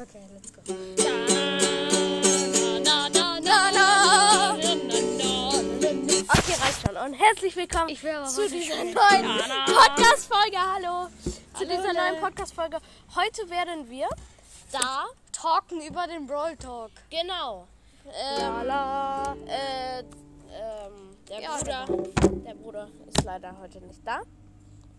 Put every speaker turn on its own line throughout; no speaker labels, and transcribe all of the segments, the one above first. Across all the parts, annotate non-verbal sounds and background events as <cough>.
Okay, let's go. Okay, reicht schon. Und herzlich willkommen
Ich will aber
zu
was
dieser neuen Podcast-Folge. Hallo. Zu dieser neuen Podcast-Folge. Heute werden wir
Da talken über den Brawl Talk.
genau
Äh,
ähm, der
Ja,
Bruder. Der Bruder ist leider heute nicht da.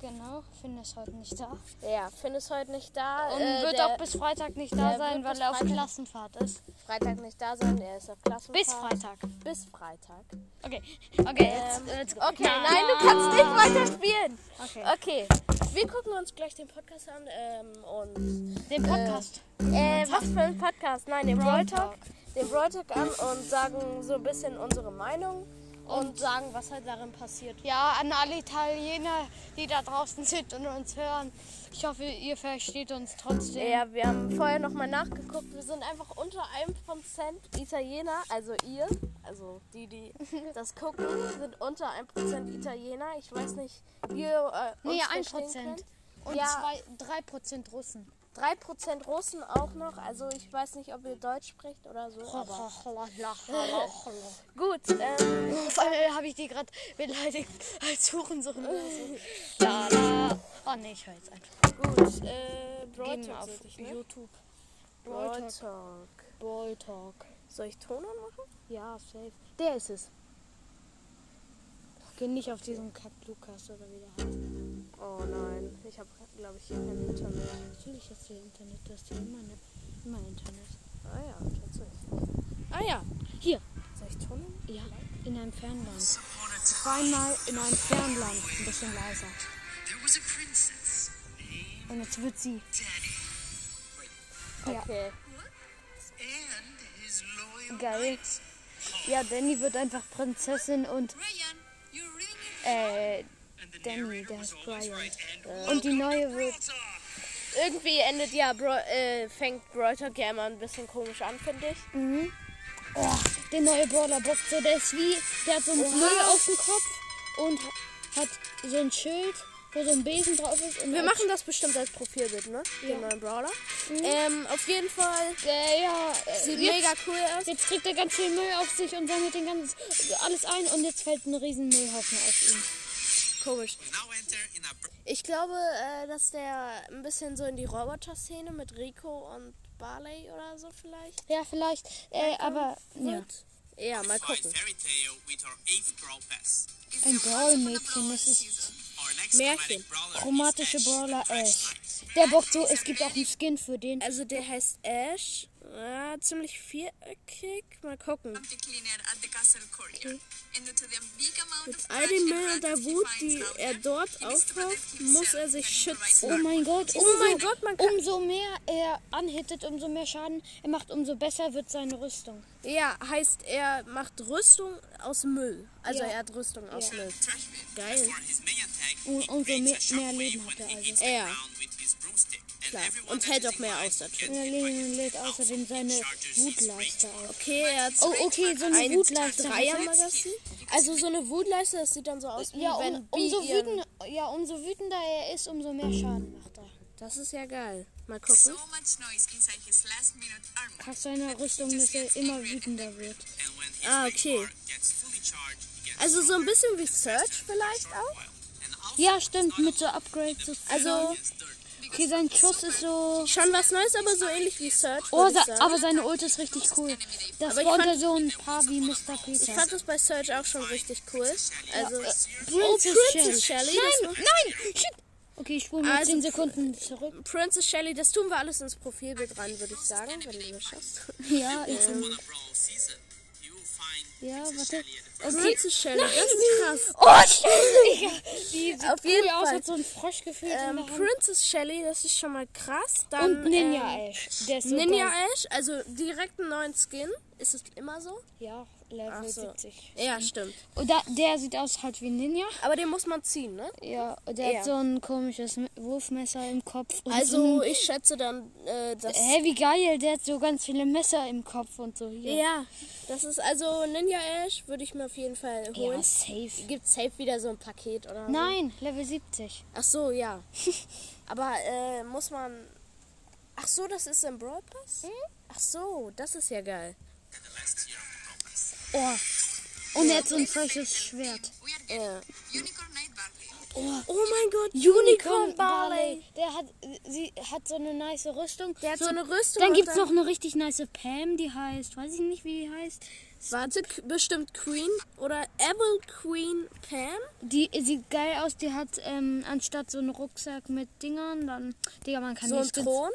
genau, Finn ist heute nicht da. Und
Ja, Finn ist heute nicht da. äh,
wird
der
auch bis Freitag nicht da
der
sein,
wird
weil
bis
er auf
Freitag-
Klassenfahrt ist.
Freitag nicht da sein. Er ist auf Klassenfahrt.
Bis Freitag.
Bis Freitag.
Okay, okay,
Ähm,
jetzt, äh, let's go.
Okay, nein, du kannst nicht weiter spielen.
Okay,
Okay, wir gucken uns gleich den Podcast an ähm, und
den Podcast.
äh, was für ein Podcast? Nein, den
Brawl
Brawl Talk,
Talk.
den Brawl Talk an und sagen so ein bisschen unsere Meinung und, sagen, was halt darin passiert.
Ja, an alle Italiener, die da draußen sind und uns hören. Ich hoffe, ihr versteht uns trotzdem.
Ja, wir haben vorher nochmal nachgeguckt. Wir sind einfach unter einem Prozent Italiener, also ihr, also die, die <laughs> das gucken, sind unter einem Prozent Italiener. Ich weiß nicht, wie ihr äh, uns
Nee, ein
verstehen
Prozent.
könnt.
Und
Ja.
zwei, drei Prozent Russen.
3% Russen auch noch, also ich weiß nicht, ob ihr Deutsch sprecht oder so. Aber
Vor
gut, ähm,
Oh, allem habe ich die gerade beleidigt als <laughs> Hurensohn. oder so. La, la. Oh nee, ich höre jetzt einfach.
gut. Äh, Brawl
Gehen wir
Talk
auf
sollte ich, ne?
YouTube.
Brawl
Brawl
Talk.
Ball Talk.
Soll ich Ton anmachen?
Ja, safe. Der ist es. Geh nicht auf diesen Kack Lukas oder wie der heißt.
Oh nein, ich habe, glaube ich, hier kein Internet.
Natürlich ist hier Internet, das ist hier immer, ne, immer Internet.
Ah ja, tatsächlich. Ah ja.
Hier.
Soll ich Ton anmachen?
Ja, in einem Fernland. Zweimal in einem Fernland. Ein bisschen leiser.
There was a princess named
Und jetzt wird sie.
Danny,
Ja.
Okay.
and his loyal
Geil.
knights.
Ja, Danny wird einfach Prinzessin und
Ryan, you're really
äh,
And the
Danny,
narrator
der
was
heißt
always
Brian.
right. And
und die neue
Brawl
wird.
Talk.
Irgendwie endet ja, Bro, äh, fängt Brawl Talk ja immer ein bisschen komisch an, finde ich.
Mhm. Oh, der neue Brawler Bock, so der ist wie, der hat so ein
Oh,
Flügel auf dem Kopf und hat so ein Schild, wo so ein Besen drauf ist. Und
Wir
als-
machen das bestimmt als Profilbild, ne? Den
Ja.
neuen Brawler. Ähm, auf jeden Fall
Äh, ja, äh,
sieht
jetzt,
mega cool aus.
Jetzt kriegt er ganz viel Müll auf sich und sammelt den ganzen alles ein und jetzt fällt ein riesen Müllhaufen auf ihn.
Komisch.
Now enter in a br-
Ich glaube, äh, dass der ein bisschen so in die Roboter-Szene mit Rico und Barley oder so vielleicht.
Ja, vielleicht, äh, aber ja.
Ja, mal gucken.
fairy tale with our eighth brawl pass. If
Ein
you want to follow
Brawl-Mädchen, das ist
season, our next
Märchen.
chromatic brawler is
Chromatische
Ash, the
Brawler
Fresh
Ash.
Knight.
Der bockt so, es gibt auch einen Skin für den.
Also der heißt Ash. Ja, ziemlich viereckig. Mal gucken.
empty cleaner at the castle courtyard. And due to the big amount
Mit
of
all
trash
dem
and
Müll und der
rubbish he
Wut,
finds
die
out
er
there,
dort
he needs to
aufhaucht,
protect himself
muss er
and
sich
he provides
schützen.
Oh mein Gott,
Oh
umso,
mein Gott, man kann-
umso mehr er anhittet, umso mehr Schaden er macht, umso besser wird seine Rüstung.
Ja, heißt er macht Rüstung aus Müll. Also
Ja.
er hat Rüstung aus Müll.
Trash bin.
Geil. Oh,
As for his main attack,
Und-
he
und so
creates
mehr-
a
mehr
shockwave
Leben
when
hat er
he
also.
hits the
Ja.
ground with his broomstick. And
Klar.
everyone
Und
that
hält
is
auch mehr
in line
aus
will
natürlich.
get
Er
hit by his
lädt
powerful
außerdem seine
charges, his
Wutleiste auf.
Okay, er hat
Oh, okay, so eine
ein
Wutleiste.
Dreiermagazin. Also so eine Wutleiste, das sieht dann so aus wie
Ja,
wenn
um,
Bee
umso,
ihren-
wütend, ja, umso wütender er ist, umso mehr Schaden macht er.
Das ist ja geil. Mal
so
gucken.
much noise inside his last minute armor.
Kraft seiner Rüstung, dass er immer wütender wird.
And when his
Ah,
big
okay.
bar gets fully charged, he gets
Also so ein
stronger
bisschen wie
and faster
Search
in a
vielleicht
short
auch?
while. And also
Ja,
it's
stimmt,
not
mit so
only
Upgrades. So
Also-
his dirt,
okay, sein Schuss ist so...
Schon was Neues, aber so ähnlich wie Search.
Oh,
würd ich
sa-
sagen.
aber seine Ult ist richtig cool. Das
Aber ich
spawnt
fand-
er so ein paar wie Mr.
ich
Peter.
fand das bei Search auch schon richtig cool. Also,
Princess,
Oh, Princess Shelley, das
Nein,
war-
nein, shit. Okay, ich spule mal
Also-
10 Sekunden zurück.
Princess Shelley, das tun wir alles ins Profilbild rein, würde ich sagen, wenn du das schaffst.
<laughs> <laughs> Ja, jetzt.
on a brawl season, you will find
Ja,
Princess
warte. Äh,
Shelly at the first
Okay.
Princess Shelley, das ist krass.
Oh, shit. Die sieht
Auf
cool
jeden
aus,
Fall.
hat so ein Froschgefühl in
Ähm,
der Hand.
Princess Shelley, das ist schon mal krass. Dann,
Und Ninja
ähm,
Ash. Der ist so
Ninja
geil.
Ash, also direkt einen neuen Skin. Ist es immer so?
Ja, Level
Ach so.
70.
Ja, stimmt.
Und da, der sieht aus halt wie ein Ninja.
Aber den muss man ziehen, ne?
Ja, und der
Ja.
hat so ein komisches M- Wurfmesser im Kopf. Und so
Also,
ein,
ich schätze dann, äh, dass.
hä, wie geil, der hat so ganz viele Messer im Kopf und so hier.
Ja, das ist also Ninja Ash, würde ich mir auf jeden Fall holen.
ja safe.
Gibt safe wieder so ein Paket oder
Nein, Level 70.
<laughs> So? Ach so, ja. Aber äh, muss man Ach so, das ist im Brawl Pass? Ach so, das ist ja geil.
and the last year of the progress.
Oh. Und er hat so ein falsches Schwert.
We are getting
Äh.
unicorn night barley.
Oh mein Gott, Unicorn Barley.
Der hat, sie hat so eine nice Rüstung.
Der hat so eine Rüstung
Dann
und
gibt's
dann-
noch eine richtig nice Pam, die heißt, weiß ich nicht, wie die heißt.
Warte, k- bestimmt Queen oder Evil Queen Pam?
Die sieht geil aus, die hat ähm, anstatt so einen Rucksack mit Dingern, dann, Digga, man kann
So ein
nicht... gen-
Thron.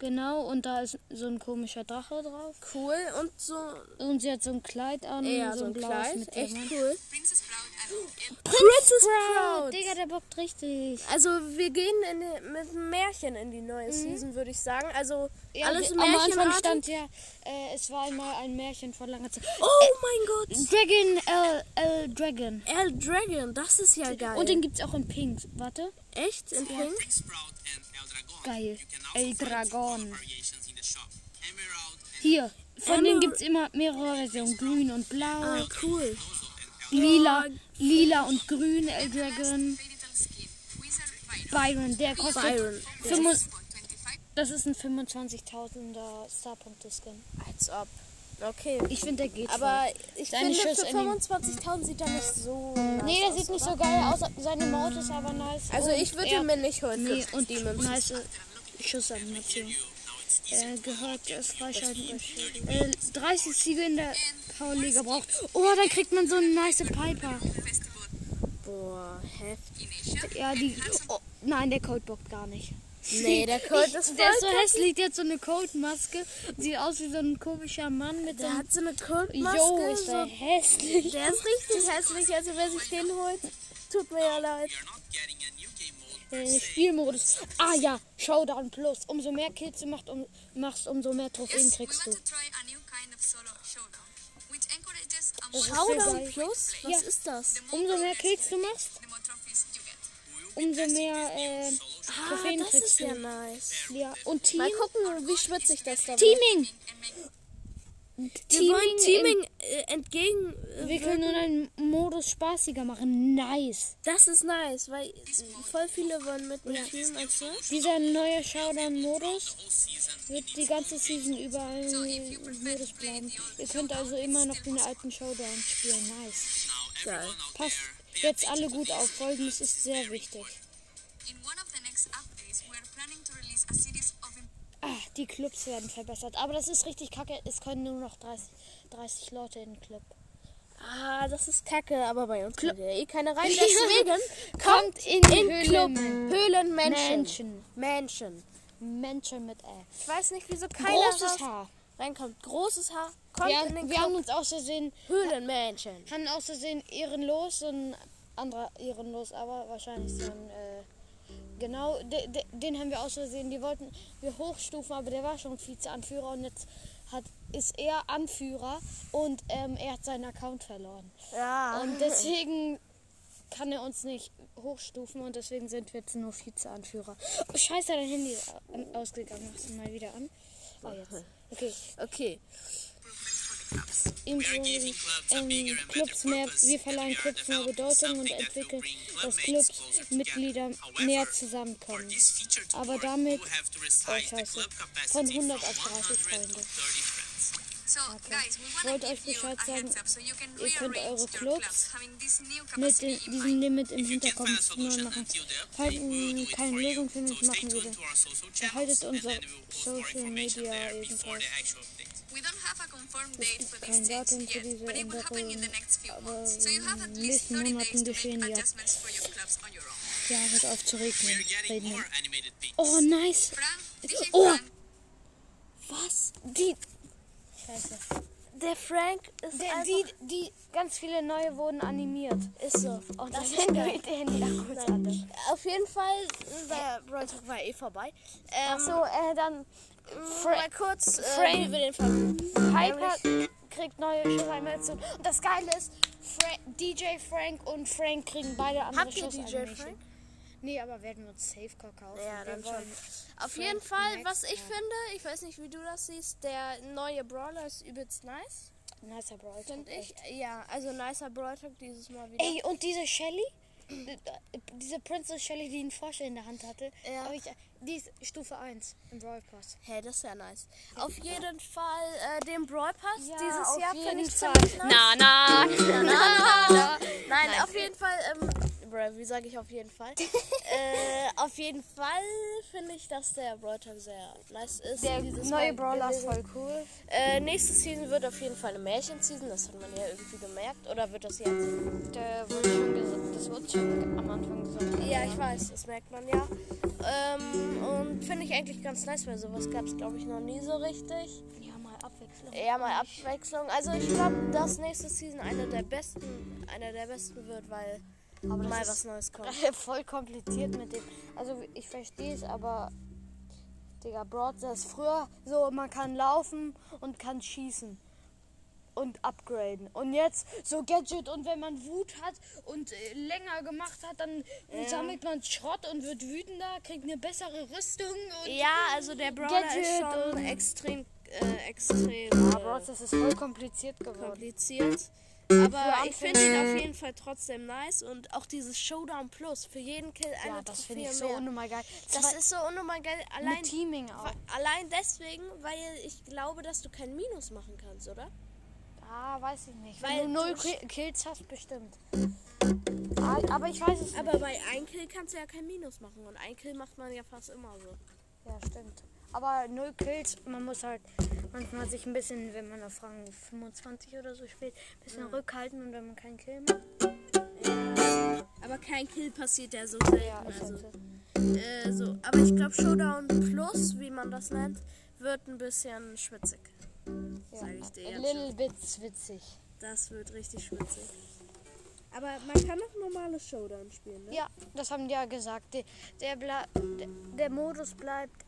Genau, und da ist so ein komischer Drache drauf.
Cool und so.
Und sie hat so ein Kleid an,
Ja,
Ah, so,
so ein
blaues
Kleid.
mit
Echt
Diamanten.
cool.
Princess Proud and
Princess
Proud.
Proud.
Digga, der bockt richtig.
Also wir gehen in die, mit einem Märchen in die neue Season, würde ich sagen. Also alles
Mhm. am Anfang
Märchenarten.
stand ja, äh, es war einmal ein Märchen vor langer Zeit. Äh,
Oh mein Gott.
Dragon L, L Dragon.
El Dragon, das ist ja geil.
Und den gibt's auch in Pink. Warte.
echt in Pink?
Prince Proud and El Dragon.
Geil.
You can also
El
find
Dragon.
color variations in the shop. Emerald and
Hier. Von
Emerald-
denen gibt's immer mehrere Versionen. Grün und blau,
Ah, cool.
Nozo and El
lila, lila und grün L
Dragon.
Dragon.
Fairy tale skin. Wizard Byron.
Byron, der kostet.
Byron.
Fünfund-
For 25
Das ist ein 25.000er Starpunkte-Skin.
Als ob. Okay.
Ich finde, der geht
Aber ich
Deine
finde,
Schuss
für
in die-
25.000 sieht er nicht so.
voll.
nice
Nee, der
aus,
sieht nicht
oder?
so geil aus. Seine Maut ist aber nice.
Also
Und
ich würde
er-
ihn mir nicht holen.
Nee,
für
und
die
die
Memes.
nice Schussanimation. Äh, gehört das Freischalten durch. Äh, 30 Siege in der Powerliga gebraucht. Oh, da kriegt man so eine nice Piper.
Festival
Boah, heftig.
in Asia.
Ja, die. Oh, nein, der Code bockt gar nicht. <laughs>
Nee, der Colt ist voll
Der ist so
kacke.
hässlich, der hat so eine Code-Maske. Sieht aus wie so ein komischer Mann mit
Der
so
hat so eine Colt-Maske.
Jo, ist der
so.
hässlich.
<laughs> Der
<laughs>
ist richtig hässlich, also wer sich den holt, tut mir ja leid.
We are not getting a new game mode per
Äh,
se.
Spielmodus. Ah ja, Showdown Plus. Umso mehr Kills du macht, um, machst, umso mehr Trophäen
Yes, we
kriegst du.
want to try a new kind of solo showdown, which encourages a
Das ist
more
sehr
Showdown
geil.
Plus? Was
Ja.
ist das?
The more
Umso mehr
players
Kills du
you play,
machst,
the more trophies you get.
umso mehr äh,
Ah,
Trophäen
das ist
kriegst
ja
du.
nice.
Ja, und Team,
Mal gucken, wie schwitzig das da wird.
Teaming.
And make
Wir wollen
in-
Teaming äh, entgegen. äh,
Wir können nur einen Modus spaßiger machen. Nice.
Das ist nice, weil äh, voll viele wollen mit mir teamen. als wir.
Dieser neue Showdown-Modus
Whole season
wird die ganze Season über ein Modus bleiben. Ihr könnt also immer noch den alten Showdown spielen. Nice.
now, everyone out
Passt
there, pay
jetzt alle
attention to
gut auf.
this.
Folgendes ist sehr wichtig.
In one of the next updates, we are planning to release a series of im-
Ah, die Clubs werden verbessert. Aber das ist richtig kacke. Es können nur noch 30, 30 Leute in den Club.
Ah, das ist kacke, aber bei uns kommt ja eh
<laughs>
keiner rein.
Ja.
Deswegen kommt in
die
den Club
Höhlen-
Höhlenmenschen.
Menschen.
Menschen.
Menschen mit L.
Ich weiß nicht, wieso keiner
Großes
raus-
Haar.
reinkommt. Großes Haar kommt
Wir
in den
haben, wir
Club
haben uns aus Versehen
Höhlenmenschen.
Haben aus Versehen ehrenlos, so ein anderer ehrenlos, aber wahrscheinlich so ein. Äh, genau, de, de, den haben wir aus Versehen. Die wollten wir hochstufen, aber der war schon Vize-Anführer und jetzt hat, ist er Anführer und ähm, er hat seinen Account verloren.
Ja.
Und deswegen kann er uns nicht hochstufen und deswegen sind wir jetzt nur Vize-Anführer. Oh, scheiße, dein Handy ist au- ausgegangen. Machst du mal wieder an? Oh,
<laughs>
jetzt. Okay,
Okay.
improvements for the clubs.
Improving ähm, Clubs mehr, wir verleihen Clubs mehr Bedeutung und entwickeln, dass Clubs Mitglieder näher
For
zusammenkommen.
this feature to
Aber
work,
damit-
you have to resize
Oh,
the
scheiße.
club capacity
Von
from
100 auf 30
100 to
Freunde.
30 friends.
So, guys, we want
Wollt
to
euch
give you
Bescheid
a heads
sagen,
up so you can
ihr könnt
rearrange
eure
your
Clubs
clubs having this new
Mit
capacity in
dem,
mind.
diesem Limit im
If you can't find
Hinterkopf
a solution
neu machen.
until the
Falls
update, we will do
ihr
it
keine
for you.
Lösung findet,
So stay
machen wir
tuned
das.
to our social
Erhaltet
channels, and
unser
then we will post more
Social
information
Media
there
irgendwas.
before the actual update.
We don't have a confirmed date
gibt
for
kein
this change
Datum für
yet,
diese
but it will happen in the
Änderung,
next few
aber
months. So you have
in
at
den
least
nächsten
30
Monaten
days to
geschehen,
make
ja.
adjustments for your clubs on your own.
Ja, hört auf zu
We
regnen.
are getting
Regnen.
more animated pics.
Oh, nice.
Fran, DJ
Oh!
Fran,
Was? Die,
Scheiße. Also-
der Frank ist
Der,
einfach...
die, die, ganz viele neue wurden animiert.
ist so.
Oh, das
Das ist geil.
Handy, der Handy da kurz an.
Auf jeden Fall, der Brawl Talk war eh vorbei. Ähm,
Achso, äh, dann
Fra mal kurz,
Frank-
äh, wie wir den Ver
Piper kriegt neue Schussanimationen. Und das Geile ist, Fra DJ Frank und Frank kriegen beide andere
Habt ihr DJ
Schussanimationen.
Frank?
Nee, aber werden wir uns Safe Car kaufen.
Ja,
Wir
dann schon.
wollen-
Auf
Frank
jeden Fall,
Max
was ich
Frank.
finde, ich weiß nicht, wie du das siehst, der neue Brawler ist übelst nice,
Nicer Brawl.
finde ich.
echt.
Ja, also nicer Brawl Talk dieses Mal wieder.
Ey, und diese Shelly? Diese Princess Shelly, die einen Frosch in der Hand hatte.
Ja.
Hab ich, die ist Stufe 1 im Brawl Pass.
Hä, hey, das ist ja nice. Auf jeden Fall äh, den Brawl Pass
Ja,
dieses
auf
Jahr finde
jeden
ich
Fall.
ziemlich nice.
Na, na,
Nein, auf jeden Fall, ähm, bruh, wie sage ich auf jeden <laughs> Fall? äh, auf jeden Fall finde ich, dass der Brawl Talk sehr nice ist.
Der
Dieses
neue
Mal
Brawler ist
gewesen.
voll cool.
Äh, nächste Season wird auf jeden Fall eine Märchen-Season, das hat man ja irgendwie gemerkt. Oder wird das jetzt?
Der wurde schon gesagt, das wurde schon am Anfang gesagt.
Ja, ich weiß, das merkt man ja. Ähm, und finde ich eigentlich ganz nice, weil sowas gab es, glaube ich, noch nie so richtig.
Ja, mal Abwechslung.
Ja, mal Abwechslung. Also ich glaube, dass nächste Season eine der besten, einer der besten wird, weil mal was Neues kommt.
<laughs> voll kompliziert mit <laughs> dem. Also ich verstehe es, aber Digga, Broad das früher so, man kann laufen und kann schießen und upgraden. Und jetzt so Gadget und wenn man Wut hat und äh, länger gemacht hat, dann äh, sammelt man Schrott und wird wütender, kriegt eine bessere Rüstung und
Ja, also der Brawler
Gadget
ist schon
und-
extrem, äh, extrem
Ja, Broad,
äh,
das ist voll kompliziert geworden.
kompliziert. Aber
Für
ich finde ihn auf jeden Fall trotzdem nice und auch dieses Showdown Plus für jeden Kill eine
Ja, das finde ich
Trophäe
so
mehr.
unnormal geil.
Das ist so unnormal geil. Allein
allein Teaming auch.
Allein deswegen, weil ich glaube, dass du kein Minus machen kannst, oder?
Ah, weiß ich nicht.
Weil
Wenn du null
du-
Ki- Kills hast, bestimmt. Ah, aber ich weiß es nicht.
Aber bei ein Kill kannst du ja kein Minus machen und ein Kill macht man ja fast immer so.
Ja, stimmt. Aber null Kills, man muss halt manchmal sich ein bisschen, wenn man auf Rang 25 oder so spielt, ein bisschen
Mhm.
rückhalten und wenn man keinen Kill macht.
Aber kein Kill passiert ja so selten.
Ja, ist halt
also,
so.
äh, so. Aber ich glaube, Showdown Plus, wie man das nennt, wird ein bisschen schwitzig. Sag ich dir
A
jetzt
little bit witzig.
Das wird richtig schwitzig. Aber man kann auch normales Showdown spielen, ne?
Ja, das haben die ja gesagt. Der, der, Bla, der, der Modus bleibt.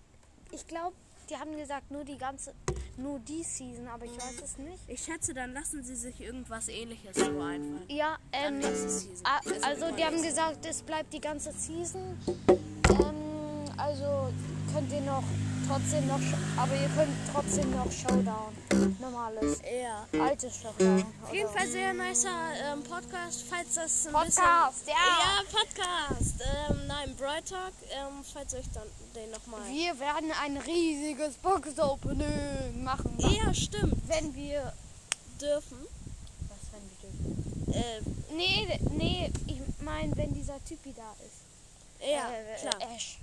Ich glaube, die haben gesagt, nur die ganze, nur die Season, aber ich weiß es nicht.
Ich schätze, dann lassen sie sich irgendwas ähnliches so einfallen.
Ja, ähm,
nächste Season.
a-
Also
also die haben
übernächste.
gesagt, es bleibt die ganze Season. Ähm, also könnt ihr noch trotzdem noch, sch- aber ihr könnt trotzdem noch Showdown, normales,
Ja.
altes Showdown.
Auf jeden Fall sehr nicer ähm, Podcast, falls das ein
Podcast,
bisschen... Ja, Podcast. Ähm, nein, Brawl Talk, ähm, falls euch dann den nochmal...
Wir werden ein riesiges Box Opening machen,
Ja, stimmt.
wenn wir,
Dürfen.
was wenn wir
Äh,
Nee, nee, ich meine, wenn dieser Typi da ist.
ja,
Äh,
klar.
Ash.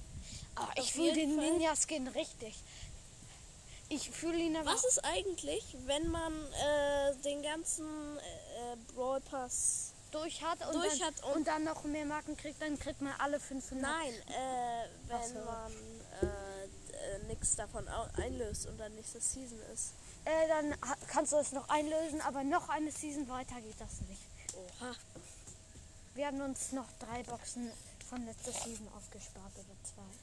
Aber ich
Auf
fühle den
jeden Fall.
Ninja-Skin richtig. Ich fühle ihn aber
Was ist eigentlich, wenn man äh, den ganzen äh, äh, Brawl Pass...
durch hat und,
Durch
dann,
hat und-
dann noch mehr Marken kriegt, dann kriegt man alle 500.
Nein, äh, wenn
so.
man äh, äh, nichts davon au- einlöst und dann nächste Season ist.
Äh, dann ha- kannst du das noch einlösen, aber noch eine Season weiter geht das nicht.
Oha.
Wir haben uns noch drei Boxen von letzter Season aufgespart oder zwei.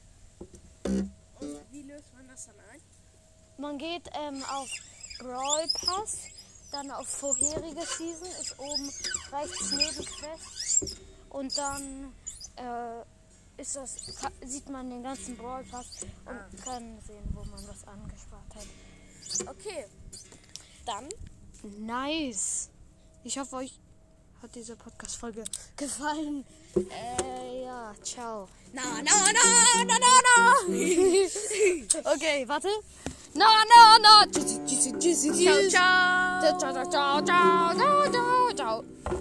Und wie löst man das dann ein?
Man geht ähm, auf Brawl Pass, dann auf vorherige Season, ist oben rechts neben Quest und dann äh, ist das, ka- sieht man den ganzen Brawl Pass und kann sehen, wo man was angespart hat.
Okay. Dann
Nice. Ich hoffe, euch hat diese Podcast-Folge gefallen. Äh, ja, ciao.
No, no, no, no, no, no.
<laughs> Okay, warte. No, no, no. Ciao, ciao. Ciao, ciao, ciao, ciao, ciao, ciao.